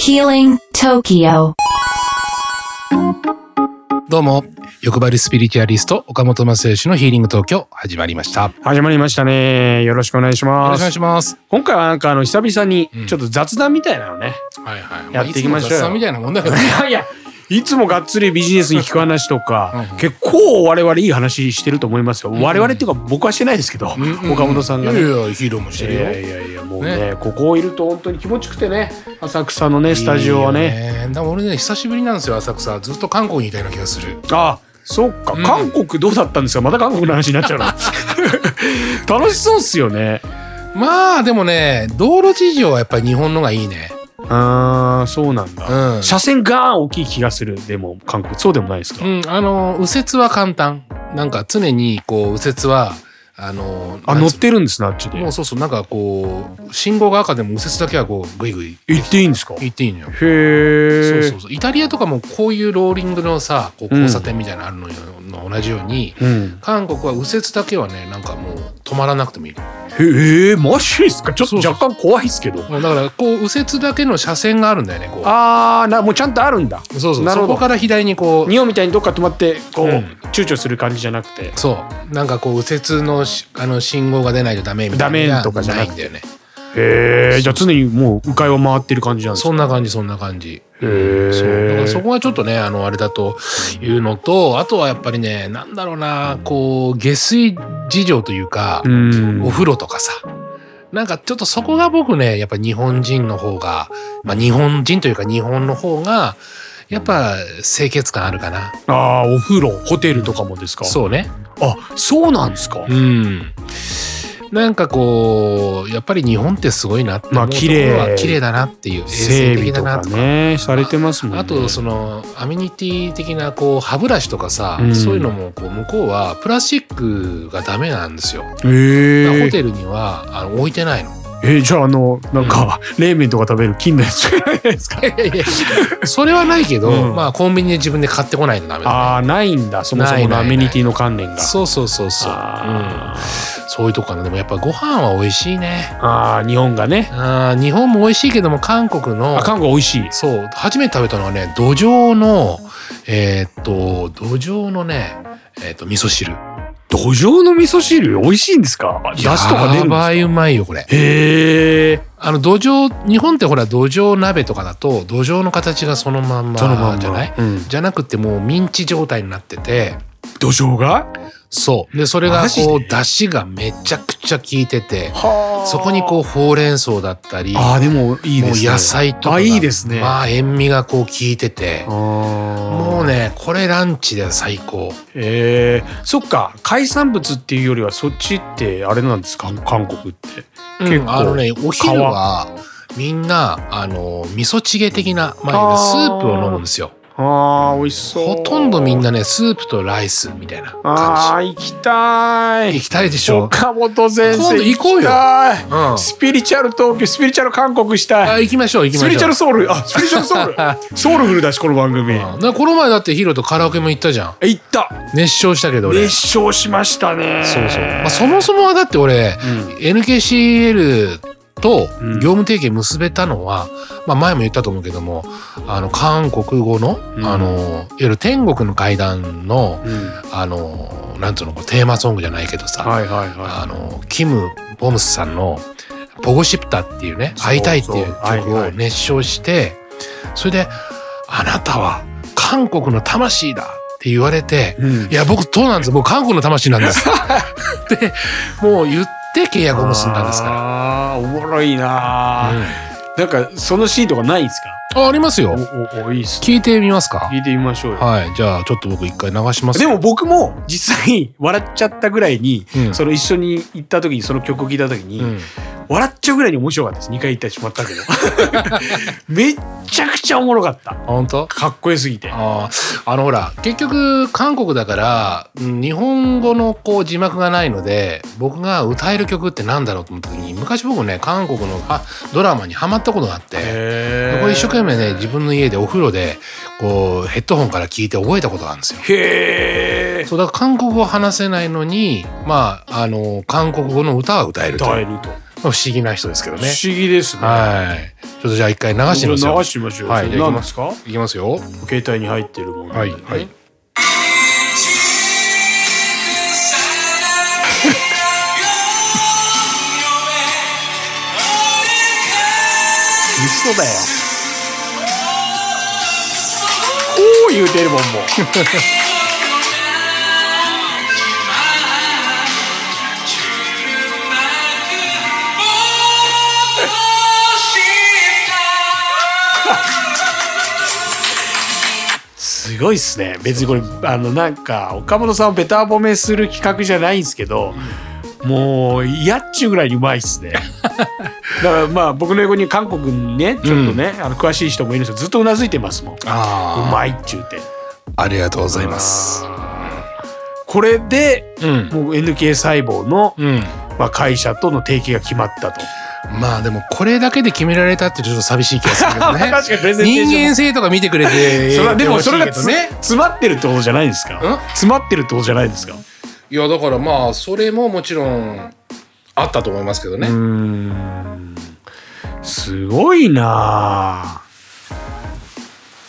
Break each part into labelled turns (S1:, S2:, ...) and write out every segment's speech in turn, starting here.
S1: Healing Tokyo.
S2: どうも、欲張りスピリチュアリスト、岡本正義のヒーリング東京、始まりました。よ
S3: 始まりましたね。よろしくお願いし
S2: ろ
S3: ま
S2: しくお
S3: す。
S2: 願いします。
S3: 今回はなんかあの久々に
S2: うん
S3: ちょっと雑談みたいなのね。
S2: はいはい。
S3: やっていきましょうよ
S2: あいつも雑談 みたいなもんだけど
S3: いやいや、いつもがっつりビジネスに聞く話と
S2: うん
S3: か
S2: うん、
S3: 結構我々いい話してると思いますよ。我々っていうか僕はしてないですけど、
S2: うん
S3: 岡本さんが
S2: い
S3: ね。
S2: やいや、ヒーローもし
S3: い
S2: てるよ。
S3: やいやいや、もうね、ここいると本当に気持ちよくてね、浅草のね、スタジオはね。
S2: いいよ。でも俺ね、久しぶりなんですよ、浅草。ずっと韓国にいたような気がする。
S3: あ、そっか、
S2: うん
S3: 韓国どうだったんですかまた韓国の話になっ ちゃうな。楽しそうっすよね。
S2: まあ、でもね、道路事情はやっぱり日本のがいいね。
S3: あー、そうなんだ。
S2: うん。
S3: 車線が大きい気がする。でも、韓国、そうでもないですか
S2: うん、あの、右折は簡単。なんか常に、こう、右折は、あの、
S3: あ、
S2: なん
S3: 乗
S2: つう
S3: ってるんですね、あっちで
S2: もう。そうそう、なんかこう、信号が赤でも右折だけはこう、ぐいぐい
S3: 行っていいんですかへ
S2: 行っていいのよ。そう
S3: え。
S2: そうそうイタリアとかもこういうローリングのさこう交差点みたいなのあるのよ、の同じように
S3: うん。
S2: 韓国は右折だけはねなんかもう止まらなくてもいいの
S3: へえ、マジですかちょっ
S2: そ
S3: と
S2: うそう
S3: 若干怖いですけど。
S2: もうだからこう右折だけの車線があるんだよねこう
S3: あー、な、もうちゃんとあるんだ。
S2: そうそう
S3: なる
S2: そ
S3: ほど
S2: こから左にこう
S3: 日本みたいにどっか止まって、こう、
S2: うん
S3: 躊躇する感じじゃなくて。
S2: そうなんかこう右折のしあの信号が出ないとダメみたいな
S3: ダメとかじゃな
S2: ない
S3: く
S2: んだよね
S3: へえ、じゃあ常にもう、迂回を回ってる感じなんですか
S2: そんな感じそんな感じ
S3: へ
S2: そうだからそ
S3: え。
S2: こがちょっとねあのあれだというのとあとはやっぱりねなんだろうなこう下水事情というか、
S3: うん
S2: お。風呂とかさ。なんかちょっとそこが僕ね、やっぱ日本人の方が、まあ日本人というか日本の方が、やっぱ清潔感あるかな。
S3: あー、お風呂、ホテルとかもですか
S2: そうね。
S3: あ、そうなんですか
S2: うん。なんかこう、やっぱり日本ってすごいなって思う
S3: まあ
S2: とこ
S3: 綺
S2: ろ
S3: 麗
S2: は綺麗だなっていう、衛
S3: 整
S2: 生
S3: 備
S2: 的だ
S3: と
S2: な
S3: か
S2: とか。
S3: ね、されてますもんね。
S2: あとそのアメニティ的なこう歯ブラシとかさ、
S3: うん
S2: そういうのもこう向こうはプラスチックがダメなんですよ。だから
S3: へ
S2: ホ
S3: え。
S2: テルにはあの置いてないの。
S3: え、じゃああの、なんか、冷麺とか食べる金のや つじゃないですか
S2: いやいやそれはないけど、
S3: うん
S2: まあコンビニで自分で買ってこないとダメだ、ね。
S3: ああないんだそもそ
S2: ない
S3: もの
S2: ない
S3: アメニティの関連が。
S2: そうそうそうそう。うん。
S3: あ
S2: そういうとこかな。でもやっぱご飯は美味しいね。
S3: ーあー日本がね
S2: あー日本も美味しいけども、韓国の
S3: あ、韓国美味しい。
S2: そう、初めて食べたのはね、土壌の、えーっと、土壌のね、えーっと、味噌汁。
S3: 土壌の味噌汁美味しいんですか出汁とか出るん
S2: やば
S3: で
S2: いうまいよ、これ。
S3: すかへえ
S2: あの、土壌、日本ってほら、土壌鍋とかだと、土壌の形がそのまんまじ
S3: そ
S2: ゃ
S3: の
S2: ない
S3: まんまうん
S2: じゃなくてもうミンチ状態になってて、
S3: 土壌が
S2: そう。で、それが
S3: マジで
S2: こう、出汁がめちゃくちゃ効いてて、
S3: は
S2: そこにこう、ほうれん草だったり、
S3: あーでもいい
S2: も
S3: で
S2: う
S3: すね
S2: 野菜とかが。
S3: あいいですね
S2: まあ、塩味がこう、効いてて
S3: あ。も
S2: もうね、これランチでは最高。
S3: えー、そっか海産物っていうよりはそっちってあれなんですか韓国って結構
S2: うんあのね、お昼は、みんな、あの、味噌チゲ的な、まあ、
S3: あ
S2: ス
S3: ー
S2: ープを飲むんですよ。
S3: あー美味しそう
S2: ほとんどみんなね、スープとライスみたいな
S3: あ
S2: 感
S3: ー行きたい
S2: じ。行きたいでしょ。
S3: 岡本先
S2: 今
S3: 生
S2: 度行こうよ
S3: きたい
S2: うん。あ、
S3: スピリチュアル東京スピリチュアル韓国したい
S2: 行きましょう、行きましょう。
S3: スピリチュアルソウルあスピリチュアル ソウルソウルフルだしこの番組
S2: うんだからこの前だってヒロとカラオケも行ったじゃん。
S3: 行った
S2: 熱唱したけど俺。
S3: 熱唱しましたね
S2: そうそう。まあ、そもそもはだって俺、
S3: うん
S2: NKCL と
S3: うん
S2: 業務提携結べたのは、まあ前も言ったと思うけども、あの、韓国語の、
S3: うん
S2: あの、いわゆる天国の階段の、
S3: うん
S2: あの、なんつうの、こうテーマソングじゃないけどさ、
S3: はいはいは
S2: あの、キム・ボムスさんの、ポゴシプタっていうね、
S3: そうそう
S2: 会いたいっていう曲
S3: はいは
S2: を
S3: い
S2: 熱唱して、それで、あなたは韓国の魂だって言われて、
S3: いうん
S2: いや、僕、そうなんです。僕、韓国の魂なん です。で、もう言って契約を結んだんですか
S3: あーおもろい
S2: ら。
S3: な
S2: う
S3: ー
S2: ん
S3: なんかそのシーンとかないんですか
S2: あ、ありますよ。
S3: おおおいいっす
S2: 聞いてみますか
S3: 聞いてみましょうよ
S2: はい。じゃあ、ちょっと僕一回流します。
S3: でも僕も実際笑っちゃったぐらいに
S2: うん、
S3: その一緒に行った時にその曲を聴いた時に、
S2: うん
S3: 笑っちゃうぐらいに面白かったです2回行ったりしまったけ どめっちゃくちゃおもろかった
S2: あ本当
S3: かっこよすぎて
S2: あーあの、ほら、結局、韓国だから、うん日本語のこう字幕がないので、僕が歌える曲ってなんだろうと思った時に、昔僕ね、韓国のあドラマにハマったことがあって、
S3: へ
S2: これ一生懸命ね、自分の家でお風呂で、こう、ヘッドホンから聞いて覚えたことがあるんですよ。
S3: へえ
S2: そうだから韓国語話せないのに、まあ、あの、韓国語の歌は歌えるという
S3: 歌えると
S2: まあ不思議な人ですけどね。
S3: 不思議ですね
S2: はい。ちょっとじゃあ一回流してみ
S3: 流
S2: ますよ。
S3: してみましょう。
S2: はい
S3: それ
S2: じゃあ
S3: 何ですか？
S2: いきますよ。
S3: 携帯に入ってるもの、ね。
S2: はいはい。
S3: 嘘だよ。こう言うてるもんもう。すごいっすね。別にこれあのなんか岡本さんをベタ褒めする企画じゃないんですけど。もうやっちゅうぐらいにうまいっすね だからまあ僕の横に韓国にねちょっとね、あの詳しい人もいるんですけどずっとうなずいてますもんう
S2: あ
S3: まいっちゅうて
S2: あ、ありがとうございます。
S3: これで
S2: うん。
S3: もう NK 細胞の、
S2: うん。
S3: まあ、会社との提携が決まったと
S2: まあでもこれだけで決められたってちょっと寂しい気がするけどね。
S3: 確かにプレゼンテーショ
S2: 人
S3: ンも
S2: 間性とか見てくれて。
S3: それはでもそれがつ、
S2: ね。
S3: 詰まってるってことじゃないんですか
S2: ん
S3: 詰まってるってことじゃないですか
S2: いやだからまあそれももちろんあったと思いますけどね。
S3: うーんすごいなあ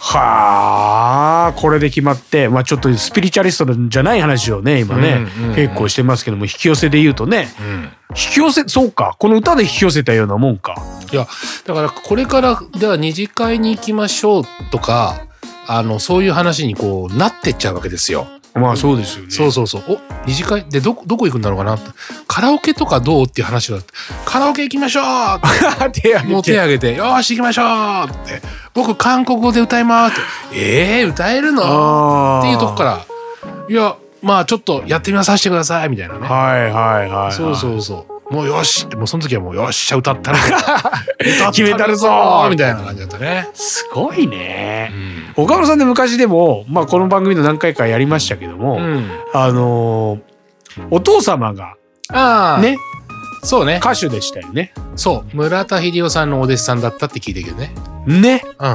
S3: はあこれで決まって、まあ、ちょっとスピリチュアリストじゃない話をね今ね、
S2: うんうんうん
S3: 結構してますけども引き寄せで言うとね
S2: うん。
S3: 引き寄せそうかこの歌で引き寄せたようなもんか
S2: いやだからこれからでは二次会に行きましょうとかあのそういう話にこうなってっちゃうわけですよ。
S3: まあそうですよね
S2: そう そうそう。お二次会でどこどこ行くんだろうかなってカラオケとかどうっていう話があってカラオケ行きましょうっ
S3: 手挙
S2: ても
S3: げ
S2: う手
S3: て
S2: 挙げてよーし行きましょうって僕韓国語で歌いますってえー、歌えるのっ
S3: あー
S2: ていうとこからいやまあちょっとやってみなさせてくださいみたいなね。
S3: はいはいはい、はい、
S2: そうそうそう。もうよしってもうその時はもうよっしゃ歌ったるぞ歌ったるぞ
S3: 決めたるぞー
S2: みたいな感じだったね。
S3: すごいね
S2: う
S3: 岡村さんで昔でも、まあ、この番組の何回かやりましたけども、
S2: ん。
S3: あのーお父様が
S2: ああ。ね。
S3: ね
S2: そうね。
S3: 歌手でしたよね。
S2: そう。村田秀夫さんのお弟子さんだったって聞いてるけどね。
S3: ね。
S2: う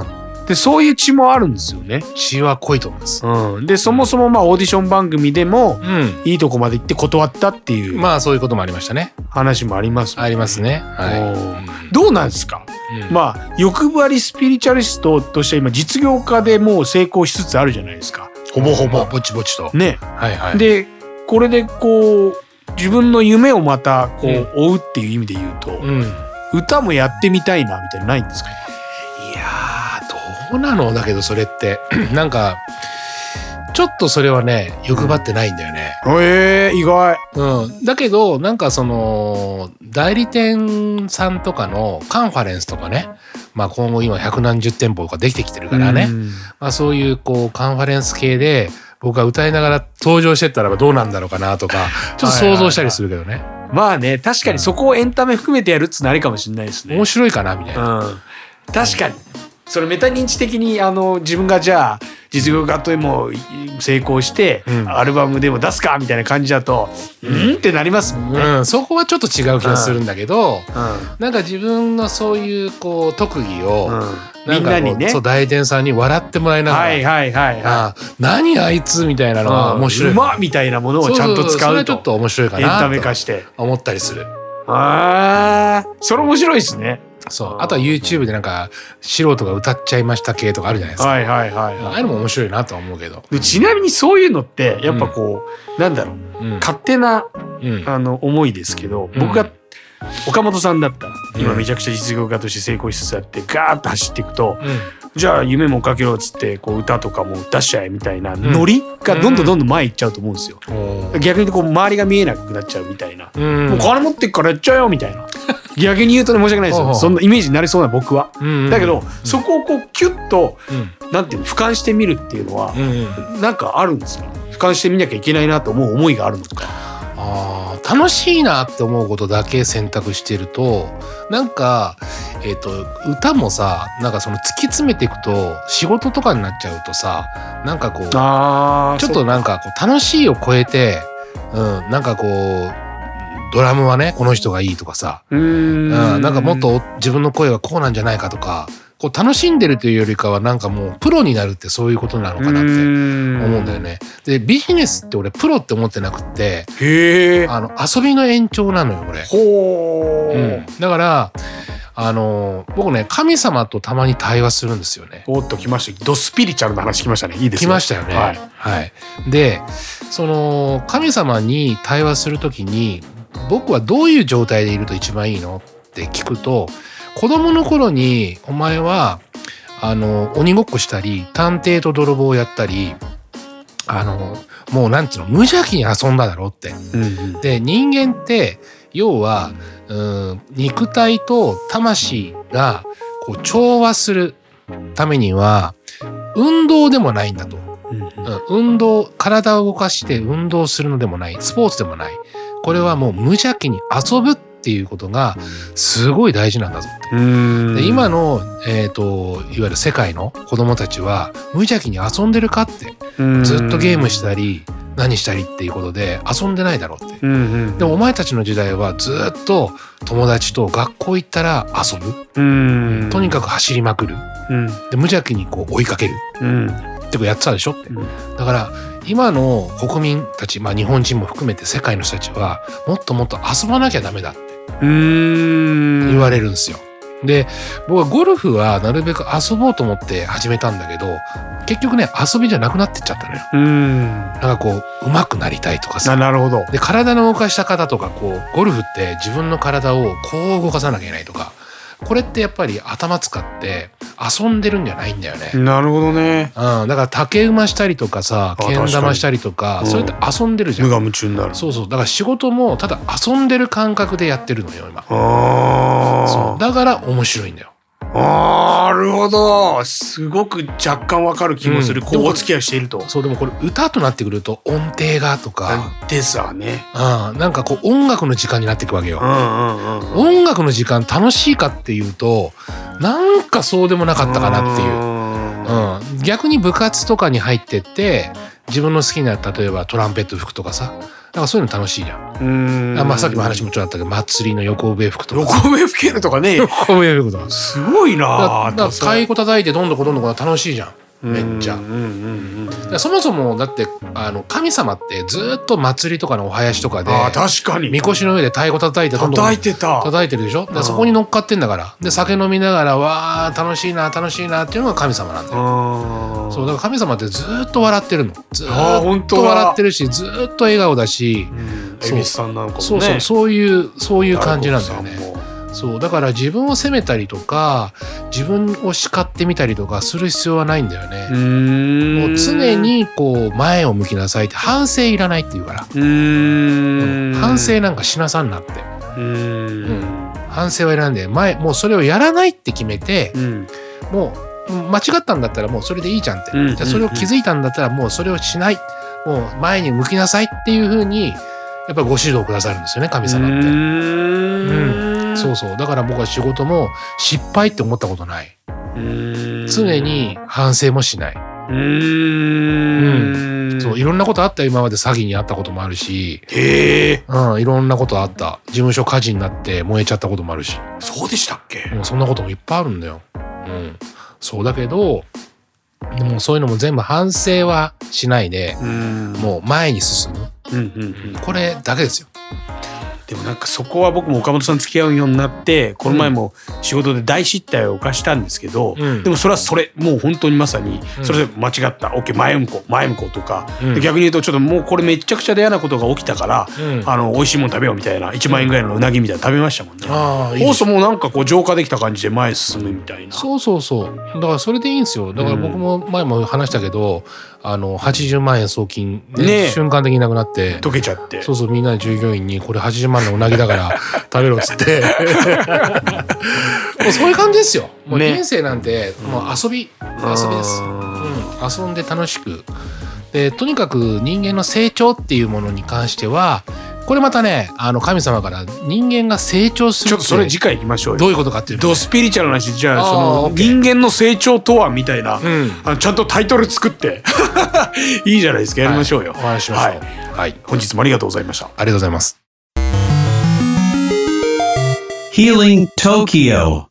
S2: ん。
S3: でそういう血もあるんですよね。
S2: 血は濃いと思います。
S3: うん、でそもそもまあオーディション番組でも
S2: うん。
S3: いいとこまで行って断ったっていう
S2: まあそういうこともありましたね。
S3: 話もありますもん
S2: ありますね。
S3: お
S2: は
S3: ーどうなんですか、
S2: い。うん
S3: まあ欲張りスピリチュアリストとして今実業家でもう成功しつつあるじゃないですか。ほぼほ
S2: まあ、
S3: ぼ。
S2: ぼちぼちと。
S3: ね。
S2: はいはい。
S3: でこれでこう自分の夢をまたこ
S2: うん
S3: う追うっていう意味で言うと、
S2: うん。い
S3: 歌もやってみたいなみたいなのないんですか
S2: やー、どうなのだけどそれって。 なんか、ちょっとそれはね、欲張ってないんだよね。
S3: ええ意外。
S2: うん、だけどなんかその代理店さんとかのカンファレンスとかね、まあ、今後今百何十店舗ができてきてるからね、
S3: うん
S2: まあ、そういうこうカンファレンス系で僕が歌いながら登場してったらばどうなんだろうかなとか ちょっと想像したりするけどね、
S3: まあね確かにそこをエンタメ含めてやるっつうのありかもしれないですね。
S2: 面白いかなみたいな。
S3: うん、確かにそれメタ認知的にあの自分がじゃあ実業家とも成功して、
S2: うん
S3: アルバムでも出すかみたいな感じだとうんってなりますもんね。
S2: うん、そこはちょっと違う気がするんだけど、
S3: う
S2: なんか自分のそういうこう特技
S3: ん
S2: を、か
S3: みん
S2: こう
S3: なにね
S2: そう代理店さんに笑ってもらいながら、
S3: はいはいはいは。
S2: あー何あいつみたいないのは面白い、
S3: うんうまっみたいなものをちゃんと使
S2: そうれちょっ
S3: と
S2: と面白いか
S3: エンタ
S2: な
S3: メ化
S2: と
S3: して。
S2: 思ったりする
S3: あーそれ面白いですね。
S2: そう
S3: あー
S2: あとは YouTube でなんか素人が歌っちゃいました系とかあるじゃないですか、
S3: はいはいはい
S2: ああ
S3: は
S2: いう
S3: い
S2: のも面白いなとは思うけど、
S3: で。ちなみにそういうのってやっぱこう、なんだろう
S2: うん
S3: 勝手な
S2: うん
S3: あの思いですけど
S2: うん
S3: 僕が岡本さんだったら
S2: うん
S3: 今めちゃくちゃ実業家として成功しつつあってガーッと走っていくと
S2: うん
S3: じゃあ夢もかけろっつってこう歌とかも出しちゃえみたいな
S2: うん
S3: ノリがどんどんどんどん前行っちゃうと思うんですよ。
S2: おー
S3: 逆にこう周りが見えなくなっちゃうみたいな。
S2: うん
S3: もう金持ってっからやっちゃうよみ たいな。逆に言うとね申し訳ないです
S2: ほうほ
S3: よ。
S2: う
S3: そんなイメージになりそうな僕は。
S2: うん
S3: だけどそこをこうキュッと
S2: うん
S3: なんていうの俯瞰してみるっていうのは
S2: うんうん
S3: なんかあるんですか俯瞰してみなきゃいけないなと思う思いがあるのか。
S2: あー楽しいなって思うことだけ選択してるとなんか、えっと歌もさなんかその突き詰めていくと仕事とかになっちゃうとさなんかこう
S3: あ
S2: ちょっとなんかこう楽しいを超えて、うん、なんかこう、ドラムはね、この人がいいとかさ、
S3: うー
S2: うんん、なんかもっと自分の声はこうなんじゃないかとか、こう楽しんでるというよりかはなんかもうプロになるってそういうことなのかなって思うんだよ
S3: ね。
S2: ね。で、ビジネスって俺プロって思ってなくって、
S3: へえ。
S2: あの、遊びの延長なのよ、俺。
S3: ほ
S2: う
S3: ー
S2: ん。だから、あの僕ね神様とたまに対話するんですよね。
S3: おっと来ましたドスピリチュアルな話来ましたねいいです
S2: 来
S3: よ
S2: ましたよね。
S3: は
S2: はいい、でその神様に対話するときに僕はどういう状態でいると一番いいのって聞くと子供の頃にお前はあの鬼ごっこしたり探偵と泥棒をやったりあのもうなんていうの無邪気に遊んだだろうって。
S3: うんうん
S2: で人間って要はうん肉体と魂がこう調和するためには運動でもないんだと。
S3: うんうん
S2: うん運動、体を動かして運動するのでもない、スポーツでもない。これはもう無邪気に遊ぶっていうことがすごい大事なんだぞって。
S3: うん
S2: で今の、えっといわゆる世界の子供たちは無邪気に遊んでるかってずっとゲームしたり何したりっていうことで遊んでないだろうって。
S3: うんうん
S2: でもお前たちの時代はずっと友達と学校行ったら遊ぶ、
S3: うん
S2: とにかく走りまくる
S3: うん
S2: で無邪気にこう追いかける
S3: うん
S2: ってことやってたでしょって、
S3: うん
S2: だから今の国民たち、まあ、日本人も含めて世界の人たちはもっともっと遊ばなきゃダメだって
S3: うん
S2: 言われるんですよ。で僕はゴルフはなるべく遊ぼうと思って始めたんだけど結局ね遊びじゃなくなってっちゃったのよ。
S3: うん
S2: なんかこう上手くなりたいとか
S3: な
S2: さ。
S3: なるほど
S2: で体の動かした方とかこうゴルフって自分の体をこう動かさなきゃいけないとかこれってやっぱり頭使って遊んでるんじゃないんだよね。
S3: なるほどね
S2: うん、だから竹馬したりとかさ
S3: あ
S2: けん玉したりとかそ
S3: 確かに
S2: れって遊んでるじゃ
S3: 無
S2: ん
S3: 我夢中になる
S2: そうそうだから仕事もただ遊んでる感覚でやってるのよ今
S3: あー
S2: そうだから面白いんだよ
S3: あーなるほどすごく若干わかる気もする、
S2: うん
S3: こうお付き合いしていると
S2: そうでもこれ歌となってくると音程がとか、
S3: ですわね
S2: うん、なんかこう音楽の時間になっていくわけ
S3: う
S2: よ
S3: んうんうん
S2: 音楽の時間楽しいかっていうとなんかそうでもなかったかなっていう
S3: う
S2: うん、逆に部活とかに入ってって自分の好きな例えばトランペット吹くとかさなんかそういうの楽しいじゃん、
S3: んうん
S2: あまあ、さっきも話
S3: も
S2: もちょっとあったけど祭りの横笛吹くとか
S3: ロコウェブケルとかね
S2: 横笛吹くとか
S3: すごい
S2: だか
S3: な
S2: らだから太鼓叩いてどんどんこうどんどんこう楽しいじゃん。だかめっちゃ
S3: うんうんうんうん
S2: らそもそもだってあの神様ってずっと祭りとかのお囃子とかで
S3: あー確かに
S2: みこしの上で太鼓叩いてどんどん
S3: 叩いてた
S2: 叩いてるでしょだか
S3: うん
S2: らそこに乗っかってんだからで酒飲みながらわー楽しいな楽しいなっていうのが神様なんだよ
S3: あ
S2: そうだから神様ってずっと笑ってるのず
S3: あー本
S2: っ
S3: 当
S2: と
S3: だ
S2: 笑ってるしずっと笑顔だし
S3: 恵比寿さんなのかもね
S2: そうそうそういうそういう感じなんだよ
S3: 大
S2: ね
S3: 悟さんも
S2: そうだから自分を責めたりとか自分を叱ってみたりとかする必要はないんだよね、
S3: うーん
S2: もう常にこう前を向きなさいって反省いらないって言うから、
S3: うーん
S2: 反省なんかしなさんなって
S3: うーん
S2: 反省はいらないんで前もうそれをやらないって決めて
S3: うん
S2: もううん間違ったんだったらもうそれでいいじゃんって、
S3: うん
S2: じゃあそれを気づいたんだったらもうそれをしないもう前に向きなさいっていうふうにやっぱりご指導くださるんですよね神様
S3: う
S2: って。
S3: ーん
S2: そうそうだから僕は仕事も失敗って思ったことないう
S3: ーん
S2: 常に反省もしない、
S3: うーん
S2: そういろんなことあったよ今まで詐欺にあったこともあるし
S3: へえ
S2: うん、いろんなことあった。事務所火事になって燃えちゃったこともあるし、
S3: そうでしたっけ
S2: もうそんなこともいっぱいあるんだよ。うん。そうだけど、でもそういうのも全部反省はしないで、
S3: うん
S2: もう前に進む。
S3: うんうんうん
S2: これだけですよ。
S3: でもなんかそこは僕も岡本さん付き合うようになってこの前も仕事で大失態を犯したんですけど、
S2: うん
S3: でもそれはそれもう本当にまさに
S2: うん
S3: それで間違った、OK 前向こう前向こうとか、
S2: うん
S3: で逆に言うとちょっともうこれめちゃくちゃ嫌なことが起きたから、
S2: うん
S3: あの美味しいもの食べようみたいな1万円ぐらいのうなぎみたいなの食べましたもんね。
S2: ああ、いいで
S3: オー
S2: す
S3: スもなんかこう浄化できた感じで前へ進むみたいな。
S2: そうそうそう。だからそれでいいんですよ。だから僕も前も話したけど、あの、80万円送金、ね
S3: ねえ
S2: 瞬間的になくなって、
S3: 溶けちゃって。
S2: そうそう、みんな従業員に、これ80万のうなぎだ から食べろっつって。 もうそういう感じですよ。もう
S3: ね
S2: 人生なんて、もう遊び、遊びです。うん、遊んで楽しく。で、とにかく人間の成長っていうものに関しては、これまたね、あの、神様から人間が成長する
S3: ちょっとそれ
S2: って
S3: 次回行きましょう
S2: ど
S3: よ。
S2: ういうことかっていうの
S3: ド
S2: ね
S3: スピリチュアルな話じゃあ
S2: あー
S3: その
S2: OK
S3: 人間の成長とはみたいな、
S2: うん。
S3: あのちゃんとタイトル作って いいじゃないですかやりましょうよ。
S2: はいお話ししましょう。
S3: はい
S2: はい。
S3: 本日もありがとうございました。
S2: ありがとうございます。
S4: Healing Tokyo